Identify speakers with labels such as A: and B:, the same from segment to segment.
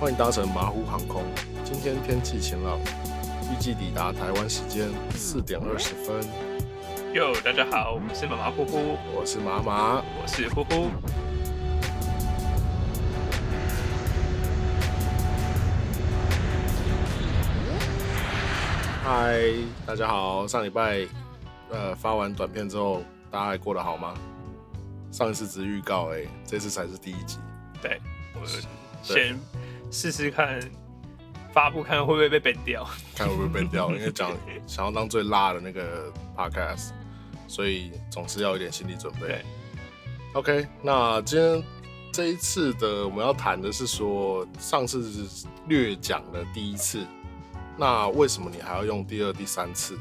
A: 欢迎搭乘马虎航空。今天天气晴朗，预计抵达台湾时间四点二十分。
B: 哟，大家好，我是马马呼呼，
A: 我是麻麻，
B: 我是呼呼。
A: 嗨，大家好。上礼拜呃发完短片之后，大家还过得好吗？上一次只预告、欸，哎，这次才是第一集。
B: 对，我先试试看发布看会不会被 ban 掉。
A: 看会不会被掉，因为讲想要当最辣的那个 podcast，所以总是要有点心理准备
B: 对。
A: OK，那今天这一次的我们要谈的是说，上次是略讲了第一次，那为什么你还要用第二、第三次？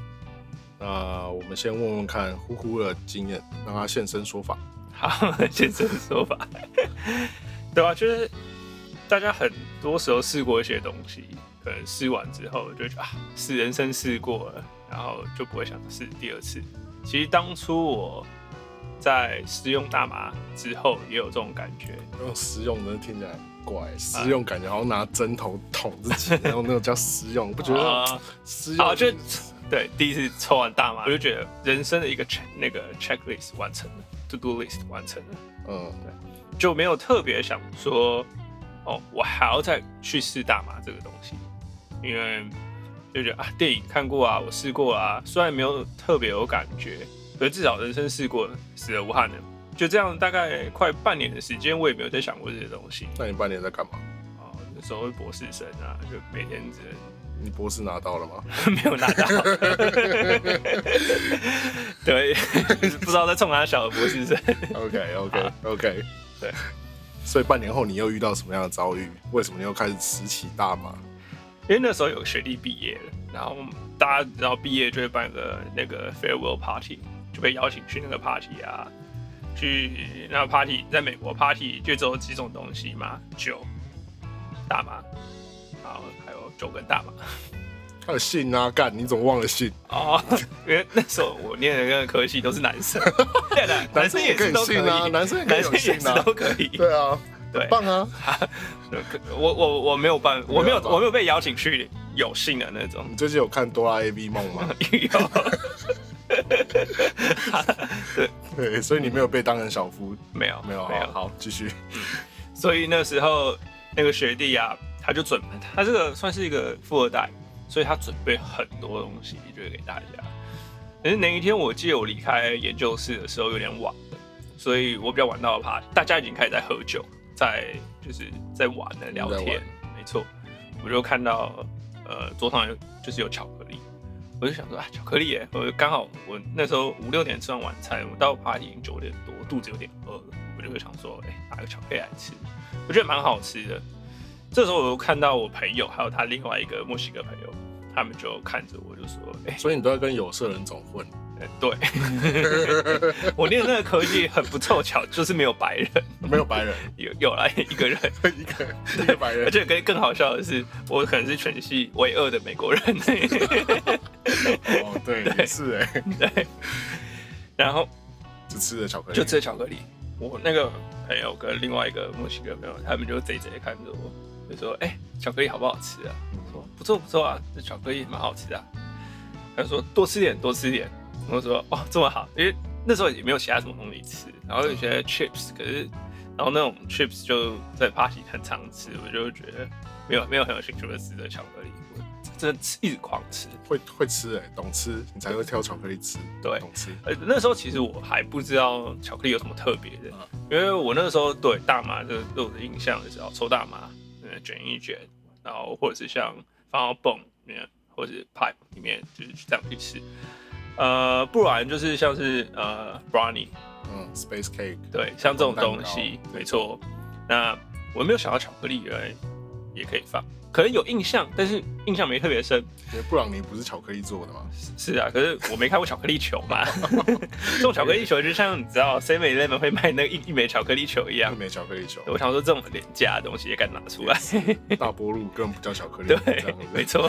A: 那我们先问问看呼呼的经验，让他现身说法。
B: 好，先生说法。 对啊，就是大家很多时候试过一些东西，可能试完之后就觉得啊，是人生试过了，然后就不会想试第二次。其实当初我在试用大麻之后也有这种感觉，
A: 用实用真的听起来很怪，实用感觉好像拿针头捅自 己，然后那种叫实用，不觉得
B: 啊
A: 实用？
B: 啊，就对，第一次抽完大麻，我就觉得人生的一个 check 那个 checklist 完成了，to do list 完成了，
A: 嗯，
B: 就没有特别想说，哦，我还要再去试大麻这个东西，因为就觉得啊，电影看过啊，我试过啊，虽然没有特别有感觉，可至少人生试过了，死而无憾的。就这样，大概快半年的时间，我也没有再想过这些东西。
A: 那你半年在干嘛？
B: 哦，那时候是博士生啊，就每天只能
A: 你博士拿到了 吗？
B: 没有拿到，对， 不知道在冲他小的博士生。
A: OK OK OK，
B: 对。
A: 所以半年后你又遇到什么样的遭遇？为什么你又开始拾起大麻？
B: 因为那时候有学弟毕业了，然后大家然后毕业就会办个那个 farewell party，就被邀请去那个 party 啊，去那个 party，在美国 party 就只有几种东西嘛，酒、大麻，然后还有酒跟大麻。
A: 还有信啊，干，你怎么忘了信？
B: 哦，因为那时候我念的那个科系都是男生， 对的，男生也
A: 可
B: 是
A: 以
B: 都可以
A: 信啊，，男生也可以
B: 男
A: 有
B: 生也
A: 信
B: 是
A: 啊，
B: 都可以，
A: 对啊，
B: 对。
A: 棒啊！
B: 我我我没有办，我
A: 没
B: 没有
A: 有吧
B: 我没有被邀请去有幸的那种
A: 你最近有看《哆啦 A V 梦》吗？
B: 有，
A: 对，所以你没有被当成小夫，
B: 没有
A: 没有，
B: 没
A: 好
B: 有，
A: 好继续。
B: 所以那时候那个学弟啊，他就准他这个算是一个富二代，所以他准备很多东西就是给大家。可是哪一天我记得我离开研究室的时候有点晚了，所以我比较晚到了 p 大家已经开始在喝酒，在就是在玩的聊
A: 在
B: 天
A: 玩，
B: 没错，我就看到呃桌上有就是有巧克力。我就想说啊，巧克力耶！我就刚好我那时候五六点吃完晚餐，我到 party 已经九点多，肚子有点饿了，我就会想说，哎、拿个巧克力来吃，我觉得蛮好吃的。这时候我又看到我朋友还有他另外一个墨西哥朋友，他们就看着我就说，哎、
A: 所以你都要跟有色人种混，
B: 呃对，我念的那个科技很不凑巧，就是没有白人，
A: 没有白人，
B: 有有来 一个人，
A: 一个一个白
B: 而
A: 人，
B: 且更更好笑的是，我可能是全系唯二的美国人。
A: 哦，对，也是哎，
B: 然后
A: 只吃了巧克力，
B: 就吃巧克力。我那个朋友跟另外一个墨西哥朋友，他们就贼贼地看着我，就说：“哎、巧克力好不好吃啊？”我
A: 嗯
B: 说：“不错不错啊，这巧克力蛮好吃的啊、他说：“多吃点，多吃点。”我说：“哦，这么好，因为那时候也没有其他什么东西吃，然后有些 chips，可是然后那种 chips 就在 party 很常吃，我就觉得没有没有很有兴趣的吃这巧克力，我真的吃一直狂吃。
A: 会会吃哎，懂吃，你才会挑巧克力吃，
B: 对
A: 懂吃，
B: 呃，那时候其实我还不知道巧克力有什么特别的
A: 啊，
B: 因为我那时候对大麻这个对我的印象就是哦，抽大麻，嗯，卷一卷，然后或者是像放到泵里面，或者是 pipe 里面，就是这样去吃。呃，不然就是像是呃 brownie，
A: 嗯，space cake，
B: 对，像这种
A: 蛋糕
B: 东西，没错。那我没有想到巧克力原来也可以放，可能有印象，但是印象没特别深。
A: 因为布朗尼不是巧克力做的吗？
B: 是啊，可是我没看过巧克力球 嘛。这种巧克力球就像你知道 Seven Eleven 会卖那个一一枚巧克力球一样
A: 又。没巧克力球，
B: 我想说这种廉价的东西也敢拿 出来，
A: 大波路根本不叫巧克力，
B: 对
A: 这样子，
B: 没错。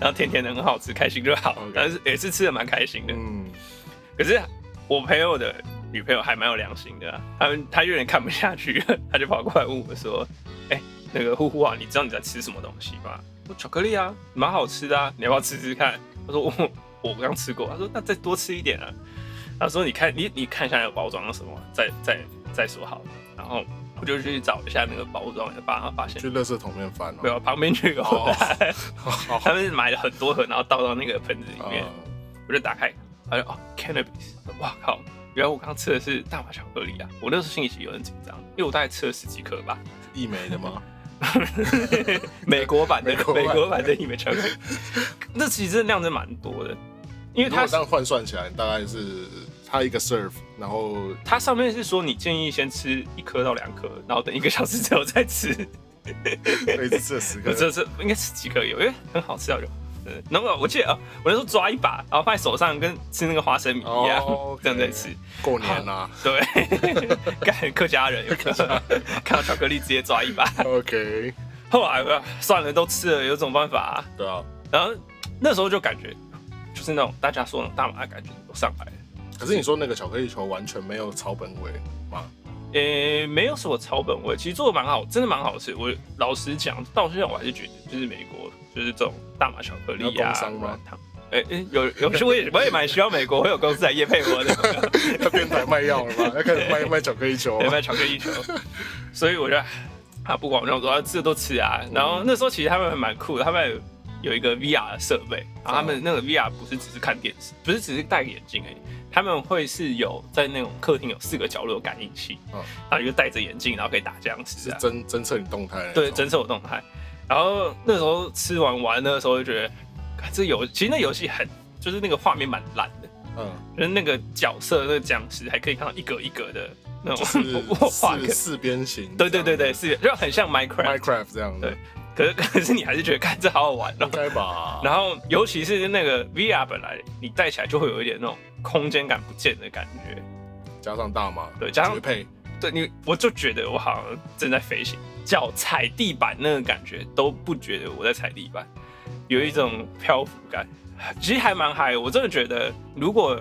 B: 然后甜甜的很好吃，开心就好
A: OK。
B: 但是也是吃的蛮开心的。
A: 嗯，
B: 可是我朋友的女朋友还蛮有良心的啊、他们他有点看不下去了，他就跑过来问我说：“哎、那个呼呼啊，你知道你在吃什么东西吗？我说巧克力啊，蛮好吃的啊，你要不要吃吃看？他说我我刚吃过，他说那再多吃一点啊。他说你看你你看一下那个包装是什么，再 再再说好了。然后我就去找一下那个包装，把它发现
A: 去垃圾桶面翻
B: 没
A: 哦。
B: 有旁边就有，
A: 哦好
B: 他们买了很多盒，然后倒到那个盆子里面。
A: 啊
B: 我就打开，发现哦，cannabis，哇靠！原来我刚刚吃的是大麻巧克力啊！我那时候心里其实有点紧张，因为我大概吃了十几颗 吧，
A: 一枚的吗？
B: 美国版的
A: 美国版
B: 美国版的一枚巧 克力，那其实量真的蛮多的，因为
A: 如果
B: 它
A: 这样换算起来，大概是它一个 serve，然后
B: 它上面是说你建议先吃一颗到两颗，然后等一个小时之后 再吃，
A: 一直吃了十
B: 我
A: 个，
B: 这这应该十几颗有，因为很好吃啊就。嗯，然后我记得啊，我那时候抓一把，然后放在手上，跟吃那个花生米一样
A: 哦，OK
B: 这样在吃。
A: 过年啊啦、
B: 对， 干客家人有没有， 看到巧克力直接抓一把。
A: OK，
B: 后来吧，算了，都吃了，有种办法啊、
A: 对啊。
B: 然后那时候就感觉，就是那种大家说那种大麻的感觉都上来了。
A: 可是你说那个巧克力球完全没有草本味嘛？
B: 诶、没有什么草本味，其实做的蛮好，真的蛮好吃。我老实讲，到现在我还是觉得，就是美国就是这种大麻巧克力
A: 你要
B: 啊
A: 工商，吗
B: 软糖。诶、诶有有 时我也我也蛮希望美国会有公司来夜配我的。
A: 要变台卖药了吗？要开始卖卖巧克力球啊
B: 对，
A: 了吗？
B: 卖巧克力球。所以我就啊，不管我想说啊吃都吃啊。然后那时候其实他们还蛮酷的，他们有一个 VR 的设备，然后他
A: 哦
B: 们那个 VR 不是只是看电视，不是只是戴个眼镜而已，他们会是有在那种客厅有四个角落有感应器，
A: 嗯
B: 然后你就戴着眼镜，然后可以打这样吃
A: 是
B: 啊，
A: 侦侦测你动态那种
B: 对，，侦测我动态。然后那时候吃完玩的时候就觉得，啊这游其实那游戏很就是那个画面蛮烂的。
A: 嗯，
B: 就是那个角色，那个僵尸还可以看到一格一格的那种
A: 是
B: 画格
A: 四四边形，
B: 对对对对，是就很像 Minecraft，
A: ，Minecraft 这样的
B: 对，可是 可是你还是觉得看这好好玩
A: 应。
B: 哦
A: 该 吧？
B: 然后尤其是那个 VR 本来你戴起来就会有一点那种空间感不见的感觉，
A: 加上大麻，
B: 对加上
A: 绝配，
B: 对你我就觉得我好像正在飞行，脚踩地板那个感觉都不觉得我在踩地板，有一种漂浮感，其实还蛮嗨的。我真的觉得如果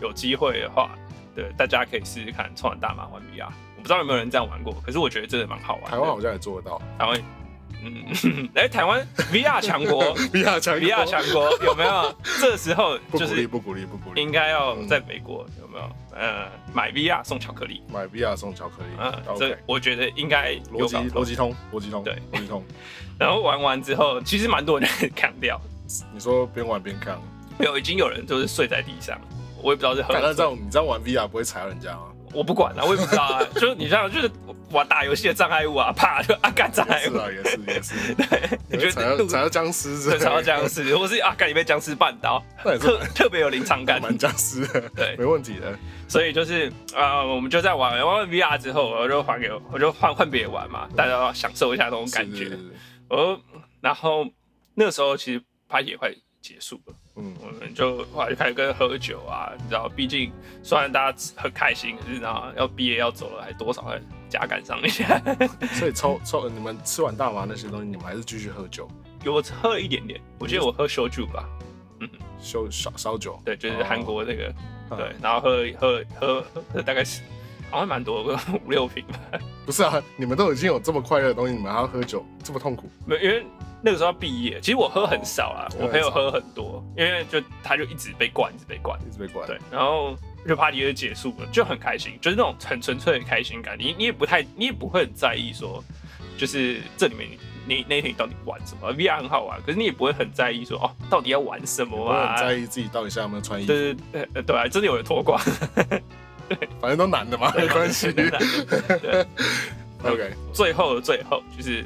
B: 有机会的话，对大家可以试试看，冲完大麻玩 VR。我不知道有没有人这样玩过，可是我觉得真的蛮好玩的。
A: 台湾好像也做得到。
B: 台湾，嗯， 哎、台湾 VR 强国
A: 比亚强，
B: ，VR 强国有 没有？这时候
A: 不
B: 就
A: 鼓励，
B: 是
A: 不鼓励，不鼓励嗯
B: 应。该要在美国有没有？呃，买 VR 送巧克力，
A: 买比亚送巧克力
B: 嗯、，这
A: OK，
B: 我觉得应该
A: 逻
B: 有
A: 辑
B: 搞头
A: 逻辑通，逻辑通，
B: 对
A: 逻辑通。
B: 然后玩完之后，其实蛮多人扛掉，
A: 你说边玩边 看，啊
B: 没有已经有人就是睡在地上，我也不知道是
A: 反正
B: 喝
A: 这
B: 醉，
A: 种你这样玩 VR 不会踩到人家吗？
B: 我不管了、我也不知道啊。 就是你知道，就是我打游戏的障碍物啊，啪就啊干障碍
A: 也是
B: 物，
A: 啊，也是也是，
B: 对， 你觉
A: 踩
B: 得
A: 到
B: 路
A: 踩到僵尸之类
B: 对，
A: 的，
B: 踩到僵尸，或是啊干你被僵尸绊倒，
A: 那也是
B: 特特别有临场感，
A: 蛮僵尸的，
B: 对
A: 没问题的。
B: 所以就是啊、呃我们就在玩玩完 VR 之后，我就还给我，我就换换别人玩嘛，大家要享受一下那种感觉
A: 是。
B: 我然后那时候其实 party 也快结束了，
A: 嗯，
B: 我们就后来就开始跟喝酒啊，你知道，毕竟虽然大家很开心，可是呢要毕业要走了，还多少还加感伤一下，
A: 所以抽抽你们吃完大麻那些东西，你们还是继续喝酒，
B: 有喝一点点，我记得我喝烧酒吧，
A: 烧烧烧酒，
B: 对，就是韩国那个，
A: 哦
B: 对，然后喝喝喝喝大概是好像蛮多，五六瓶吧。
A: 不是啊， 你们都已经有这么快乐的东西，你们还要喝酒，这么痛苦，
B: 没有，因为那个时候要毕业，其实我喝很少啦，
A: 哦
B: 我朋友喝很多，因为就他就一直被灌，一直被灌，
A: 一直被关。
B: 对，然后就 party 就结束了，就很开心，就是那种很纯粹的开心感，你你也不太，你也不会很在意说，就是这里面你你那一天你到底玩什么，VR 很好玩，可是你也不会很在意说哦，到底要玩什
A: 我
B: 么
A: 会
B: 啊
A: 很？在意自己到底现在有没有穿衣服，
B: 对对对对啊，真的有人脱光，
A: 反正都男 的嘛，没关系。
B: 真的对
A: OK，
B: 最后的最后就是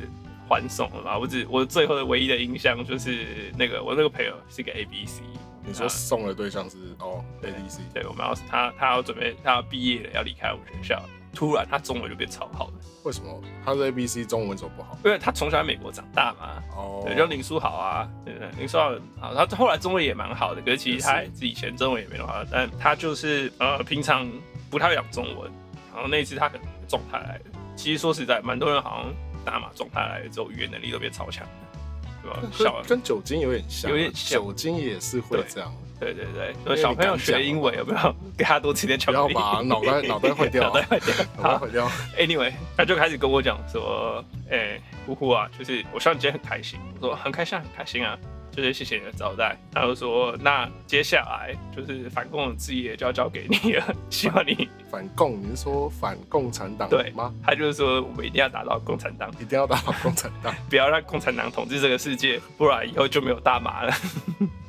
B: 还送了嘛。我只我最后的唯一的印象就是那个我那个朋友是个 A B C，
A: 你说送的对象是哦，A D C，
B: 啊对，我们要他他要准备他要毕业了，要离开我们学校，突然他中文就变超好了，
A: 为什么他是 A B C 中文怎么不好？
B: 因为他从小在美国长大嘛。
A: 哦，
B: 对，就林书豪啊，对对，林书豪好，他后来中文也蛮好的，可是其实他
A: 也是
B: 自己以前中文也没那么好，但他就是呃平常不太会讲中文，然后那一次他可能状态来了，其实说实在，蛮多人好像打马状态来了之后，语言能力都变超强。对吧？小
A: 跟跟酒精有点像啊，
B: 有点像
A: 酒精也是会这样，
B: 对对对，
A: 为
B: 所以小朋友学英文有没有 给他多吃点巧克力？
A: 不 要把脑袋脑袋坏掉啊
B: 脑袋坏掉。
A: 我
B: 好
A: 要毁掉。啊
B: Anyway，他就开始跟我讲说，哎、呼呼啊，就是我希望你今天很开心。我说很开心啊，很开心啊，就是谢谢你的招待。他就说，那接下来就是反共的事业就要交给你了，希望你
A: 反共，你是说反共产党
B: 对
A: 吗？？
B: 他就是说我们一定要打倒共产党，
A: 一定要打倒共产党，
B: 不要让共产党统治这个世界，不然以后就没有大麻了。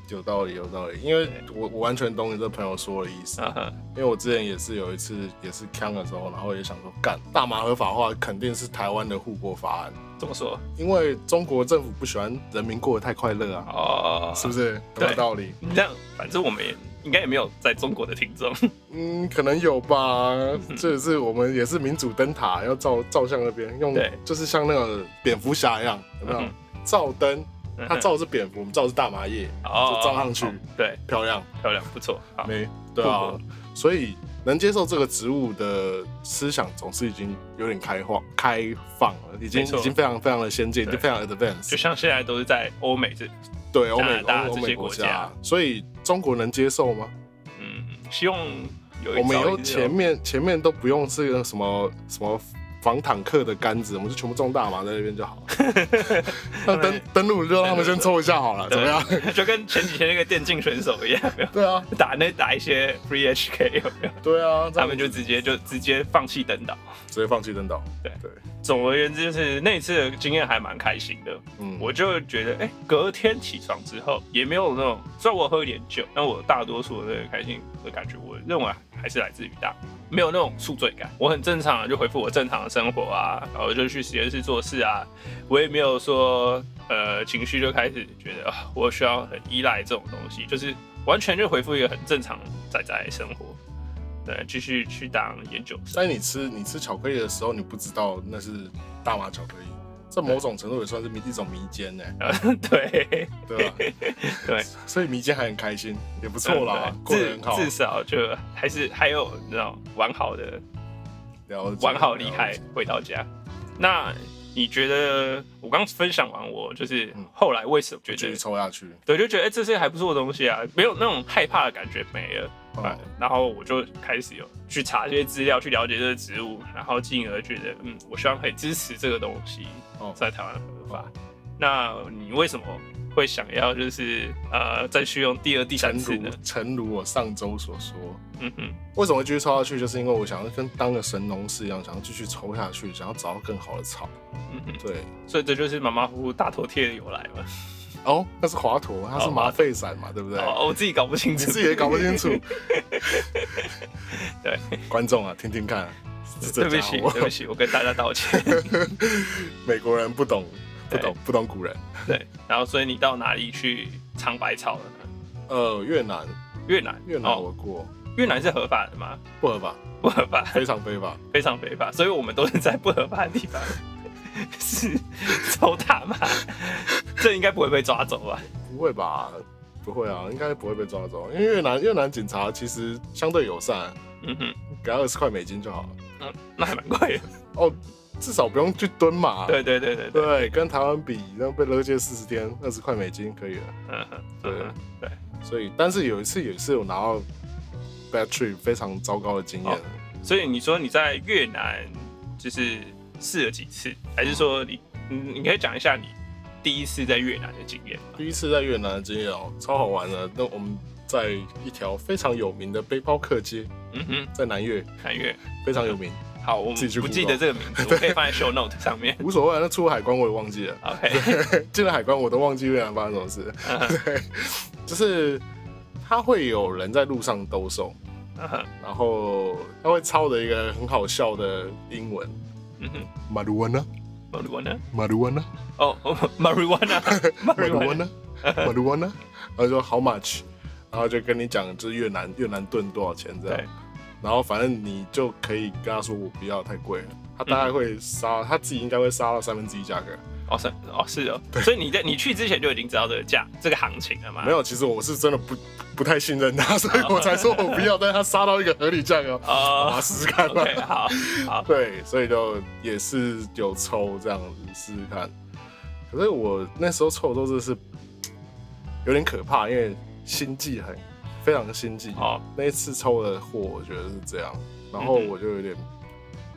A: 有道理，有道理。因为我我完全懂你这朋友说的意思，
B: 啊哈
A: 因为我之前也是有一次也是呛的时候，然后也想说，干大麻合法化肯定是台湾的护国法案，
B: 怎么说？
A: 因为中国政府不喜欢人民过得太快乐啊，
B: 哦，
A: 是不是？有
B: 对
A: 没有道理？
B: 你这样，反正我们也应该也没有在中国的听众。
A: 嗯，可能有吧。这也是我们也是民主灯塔，要照照向那边，用
B: 对
A: 就是像那个蝙蝠侠一样，有没有
B: 嗯？
A: 照灯，它照的是蝙蝠，我们照的是大麻叶，
B: 哦
A: 就照上去，
B: 哦对，
A: 漂亮。
B: 漂亮，不错，好，
A: 没对
B: 复
A: 啊
B: 古，
A: 所以能接受这个植物的思想，总是已经有点开放开放了，已经
B: 没错
A: 已经非常非常的先进，已
B: 对
A: 经非常
B: 就
A: advanced。
B: 像现在都是在欧美这，
A: 对，欧
B: 加
A: 美
B: 拿大
A: 欧欧
B: 这些
A: 美
B: 国
A: 国
B: 家
A: 家，所以中国能接受吗？
B: 嗯，希望有一
A: 我们以
B: 朝
A: 后
B: 一日
A: 前面前面都不用是个什么什么防坦克的杆子，我们就全部种大麻在那边就 好了。那登登陆就让他们先抽一下好了，怎么样？
B: 对哦 就跟前几天那个电竞选手一样，有没有
A: 对啊，
B: 打那打一些 free HK 有没有？
A: 对啊，这
B: 他
A: 样
B: 们就直接就直接放弃登岛。
A: 直接放弃登岛。
B: 对
A: 对，
B: 总而言之，就是那一次的经验还蛮开心的。
A: 嗯，
B: 我就觉得，哎、隔天起床之后也没有那种，虽然我喝一点酒，但我大多数的那个开心的感觉，我认为还是来自于大，没有那种宿醉感。我很正常的啊就恢复我正常的生活啊，然后就去实验室做事啊，我也没有说呃情绪就开始觉得啊，我需要很依赖这种东西，就是完全就恢复一个很正常仔仔的生活。对，继续去当研究生。
A: 在你吃你吃巧克力的时候，你不知道那是大麻巧克力，这某种程度也算是迷一种迷奸 呢、
B: 呃，对，
A: 对吧？
B: 对，
A: 所以迷奸还很开心，也不错啦，过得
B: 至
A: 很好。啊
B: 至少就还是还有那种完好的
A: 了解
B: 玩好厉害
A: 了解，
B: 回到家。那你觉得我刚分享完我，就是
A: 嗯
B: 后来为什么觉
A: 就继续
B: 得，
A: 抽下去。
B: 对，就觉得哎、这是还不错的东西啊，没有那种害怕的感觉没了。
A: 哦
B: 然后我就开始有去查这些资料，去了解这个植物，然后进而觉得，嗯，我希望可以支持这个东西
A: 哦
B: 在台湾合法。那你为什么会想要就是呃再去用第二、第三
A: 诚
B: 次呢
A: 如？诚如我上周所说，
B: 嗯哼，
A: 为什么会继续抽下去，就是因为我想要跟当个神农氏一样，想要继续抽下去，想要找到更好的草。
B: 嗯哼，
A: 对，
B: 所以这就是马马虎虎大头贴的由来嘛。
A: 哦，那是华佗，它是
B: 哦
A: 麻沸散嘛，对不对？
B: 哦，我自己搞不清
A: 你
B: 楚，
A: 自己也搞不清楚。
B: 对，
A: 观众啊，听听看啊，是
B: 对
A: 这
B: 不
A: 家
B: 起，
A: 伙
B: 对不起，我跟大家道 歉。
A: 美国人不懂，不
B: 对
A: 懂，不懂古人。
B: 对，然后所以你到哪里去尝百草了呢？
A: 呃，越南，
B: 越南，
A: 越南
B: 哦，
A: 我过，
B: 越南是合法的吗？
A: 不合 法，
B: 不合法，
A: 非常非法。
B: 非常非法，所以我们都是在不合法的地方是抽大麻，这应该不会被抓走吧？
A: 不会吧？不会啊，应该不会被抓走，因为越南越南警察其实相对友善，
B: 嗯哼，
A: 给他二十块美金就好了。
B: 嗯，那还蛮贵的。
A: 哦，至少不用去蹲嘛。
B: 对对对对对，嗯
A: 对，跟台湾比，那被勒戒四十天，二十块美金可以了。
B: 嗯哼，
A: 对
B: 嗯哼对，
A: 所以，但是有一次也是有拿到 bad trip 非常糟糕的经验。
B: 哦所以你说你在越南就是试了几次，还是说你，嗯，你可以讲一下你第一次在越南的经验吗？
A: 第一次在越南的经验哦，超好玩的。那我们在一条非常有名的背包客街，
B: 嗯哼，
A: 在南越
B: 看越。
A: 非常有 名，
B: 好，我
A: 自己去
B: 们不
A: Google
B: 记得这个名字，我可以放在 show note 上面。
A: 无所谓啊。那出海关我也忘记了，
B: OK，
A: 进了海关我都忘记越南发生什么事。
B: 嗯哼
A: 对，就是他会有人在路上兜售，
B: 嗯哼
A: 然后他会抄着一个很好笑的英文，
B: 嗯哼
A: 马鲁文呢，啊
B: ，marijuana，
A: 马鲁文呢，啊
B: 哦 哦
A: 马鲁文
B: ，marijuana，marijuana，
A: 呢，马鲁文呢，然后就 how much，然后就跟你讲就是越南越南盾多少钱这
B: 对
A: 样，，然后反正你就可以跟他说我不要太贵了，他大概会杀，他自己应该会杀到三分之一价格。
B: 哦是哦是哦，所以你在你去之前就已经知道这个价这个行情了嘛？
A: 没有，其实我是真的不不太信任他，所以我才说我不 要，但是他杀到一个合理价格，我
B: 哦
A: 要试试看吧。
B: ，OK，好好，
A: 对，所以就也是有抽这样子试试看。可是我那时候臭豆真的是有点可怕，因为心悸很非常的心悸。
B: 哦，
A: 那一次抽的货，我觉得是这样，然后
B: 嗯哼
A: 我就有点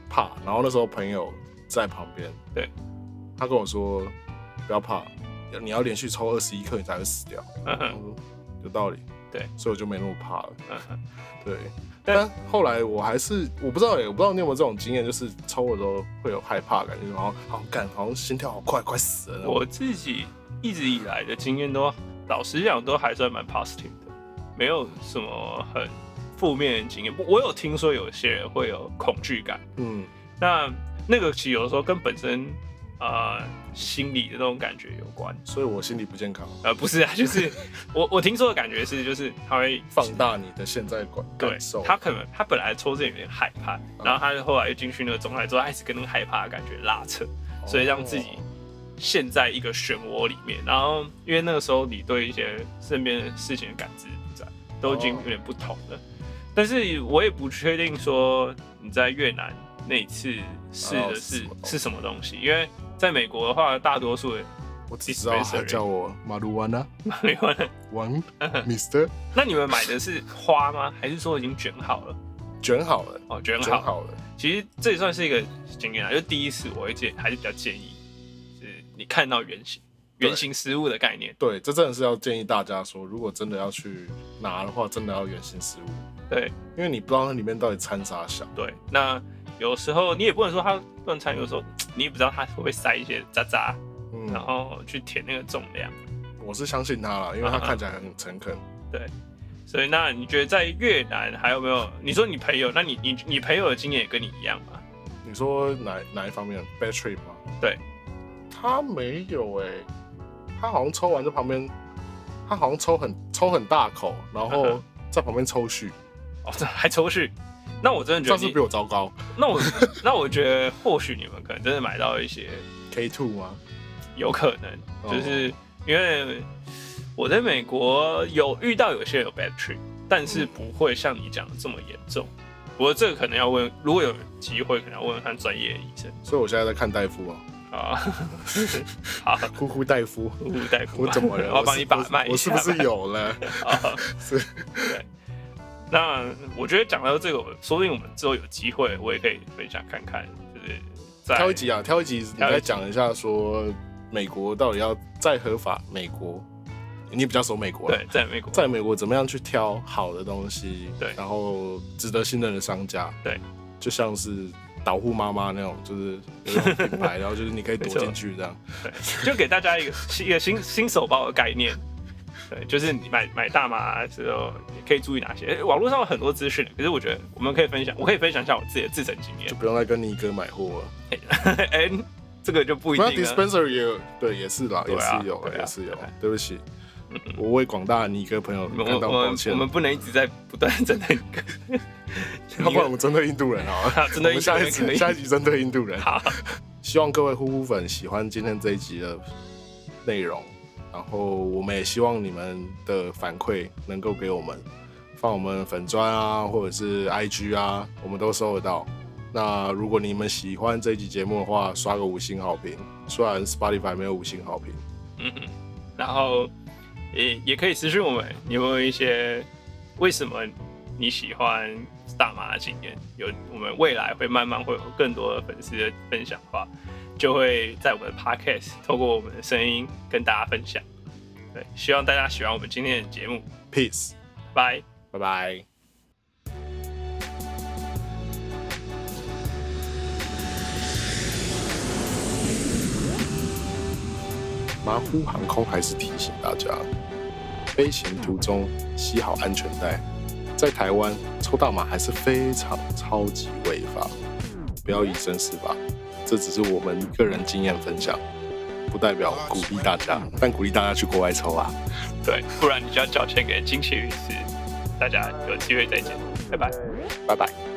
A: 怕，然后那时候朋友在旁边，
B: 对，
A: 他跟我说不要怕，你要连续抽二十一颗，你才会死掉。
B: 嗯
A: 我
B: 哼
A: 说有道理，
B: 对，
A: 所以我就没那么怕了。
B: 嗯哼，
A: 对，
B: 但
A: 但后来我还是我不知道哎、我不知道你有没有这种经验，就是抽的时候会有害怕感觉，然后好像干，好像心跳好快，快死了那种。
B: 我自己一直以来的经验都，老实讲都还算蛮 positive 的，没有什么很负面的经验。不我有听说有些人会有恐惧感，
A: 嗯
B: 那那个其实有时候跟本身呃心理的那种感觉有关。
A: 所以我心理不健康，
B: 呃，不是啊，就是 我我听说的感觉是，就是他会
A: 放大你的现在感
B: 对
A: 感受。嗯
B: 他可能他本来抽这有点害怕，然后他后来又进去那个状态之后，他一直跟那个害怕的感觉拉扯，所以让自
A: 哦
B: 己陷在一个漩涡里面。然后因为那个时候你对一些身边的事情的感知不在，都已
A: 哦
B: 经有点不同了。但是我也不确定说你在越南那一次试
A: 哦
B: 的
A: 是
B: 是
A: 什么东西
B: 是什么东西，因为在美国的话，大多数的
A: 我只知道他
B: Dispensary
A: 叫我马路湾啊，
B: 没有人
A: 玩 Mister
B: 那你们买的是花吗？还是说已经卷好了？
A: 卷好了，
B: 哦，卷好。
A: 卷好了。
B: 其实这也算是一个经验啊，就第一次我会建还是比较建议，就是你看到原型
A: 对
B: 原型食物的概念，
A: 对，这真的是要建议大家说，如果真的要去拿的话，真的要原形食物，
B: 对
A: 因为你不知道它里面到底掺啥小。
B: 对。那有时候你也不能说它乱掺，有时候你也不知道它会不会塞一些渣渣，然
A: 嗯，
B: 后去填那个重量。
A: 我是相信他了，因为他
B: 嗯嗯
A: 看起来很诚恳。
B: 所以那你觉得在越南还有没有？你说你朋友，那你你你朋友的经验也跟你一样吗？
A: 你说哪哪一方面？Bad trip 吗？
B: 对，
A: 他没有哎、他好像抽完在旁边，他好像抽很抽很大口，然
B: 嗯
A: 后
B: 哼
A: 在旁边抽血，
B: 哦，这还抽血？那我真
A: 这
B: 的觉
A: 样
B: 得
A: 是
B: 你
A: 比，我糟糕。
B: 那我那我觉得或许你们可能真的买到一些
A: K two 吗？
B: 有可能，
A: 哦
B: 就是因为我在美国有遇到有些人有 bad trip，但是不会像你讲的这么严重。不过这个可能要问，如果有机会，可能要问问看专业的医生
A: 所以我现在在看大夫啊，
B: 啊。好，
A: 呼呼大夫。
B: 吴大夫，
A: 我怎么了？
B: 我要帮你把脉
A: 我
B: 一
A: 是
B: 下
A: 我是我是不是有 了？
B: 啊？
A: 是
B: 对。 那我觉得讲到这个，说不定我们之后有机会，我也可以分享看看，就是在
A: 挑一集啊，挑一集，你
B: 挑一集
A: 再讲一下说美国到底要再合法？美国，你比较熟美国啊啦
B: 对，在美国
A: 在美国怎么样去挑好的东西，
B: 对
A: 然后值得信任的商家，
B: 对，
A: 就像是导护妈妈那种，就是有一种品 牌，然后就是你可以躲进去这样，
B: 对， 就给大家一个一个新新手包的概念。对，就是你买买大麻的时候，你可以注意哪些？诶网络上有很多资讯，可是我觉得我们可以分享，我可以分享一下我自己的自身经
A: 就不用再跟尼哥买货了。
B: 验。哎、这个就不一
A: 那
B: 定了。
A: dispenser 也有，对，也是啦，
B: 对啊
A: 也是有，
B: 对啊
A: 也是有
B: 对。
A: 对不起，我为广大的尼哥朋友
B: 我
A: 感
B: 们
A: 到
B: 我
A: 抱
B: 们
A: 歉
B: 我。们不能一直在不断地针对你个，，
A: 要不然我们针对印度人好了
B: 针
A: 我们
B: 对印度
A: 下
B: 人
A: 一
B: 可
A: 集
B: 以
A: 下一集针对印度人。
B: 好，
A: 希望各位呼呼粉喜欢今天这一集的内容，然后我们也希望你们的反馈能够给我们，放我们粉砖啊，或者是 IG 啊，我们都收得到。那如果你们喜欢这一集节目的话，刷个五星好评，虽然 Spotify 没有五星好评。
B: 嗯嗯，然后也也可以私讯我们，你有没有一些为什么你喜欢大麻的经验？有我们未来会慢慢会有更多的粉丝的分享的话，就会在我们的 podcast 透过我们的声音跟大家分享。对，希望大家喜欢我们今天的节目，
A: Peace，
B: 拜。
A: 拜拜。马虎航空还是提醒大家，飞行途中系好安全带。在台湾抽大麻还是非常超级违法，不要以身试法，这只是我们个人经验分享，不代表鼓励大家，但鼓励大家去国外抽啊。
B: 对，不然你就要缴钱给金奇律师。大家有机会再见，拜拜。
A: 拜拜。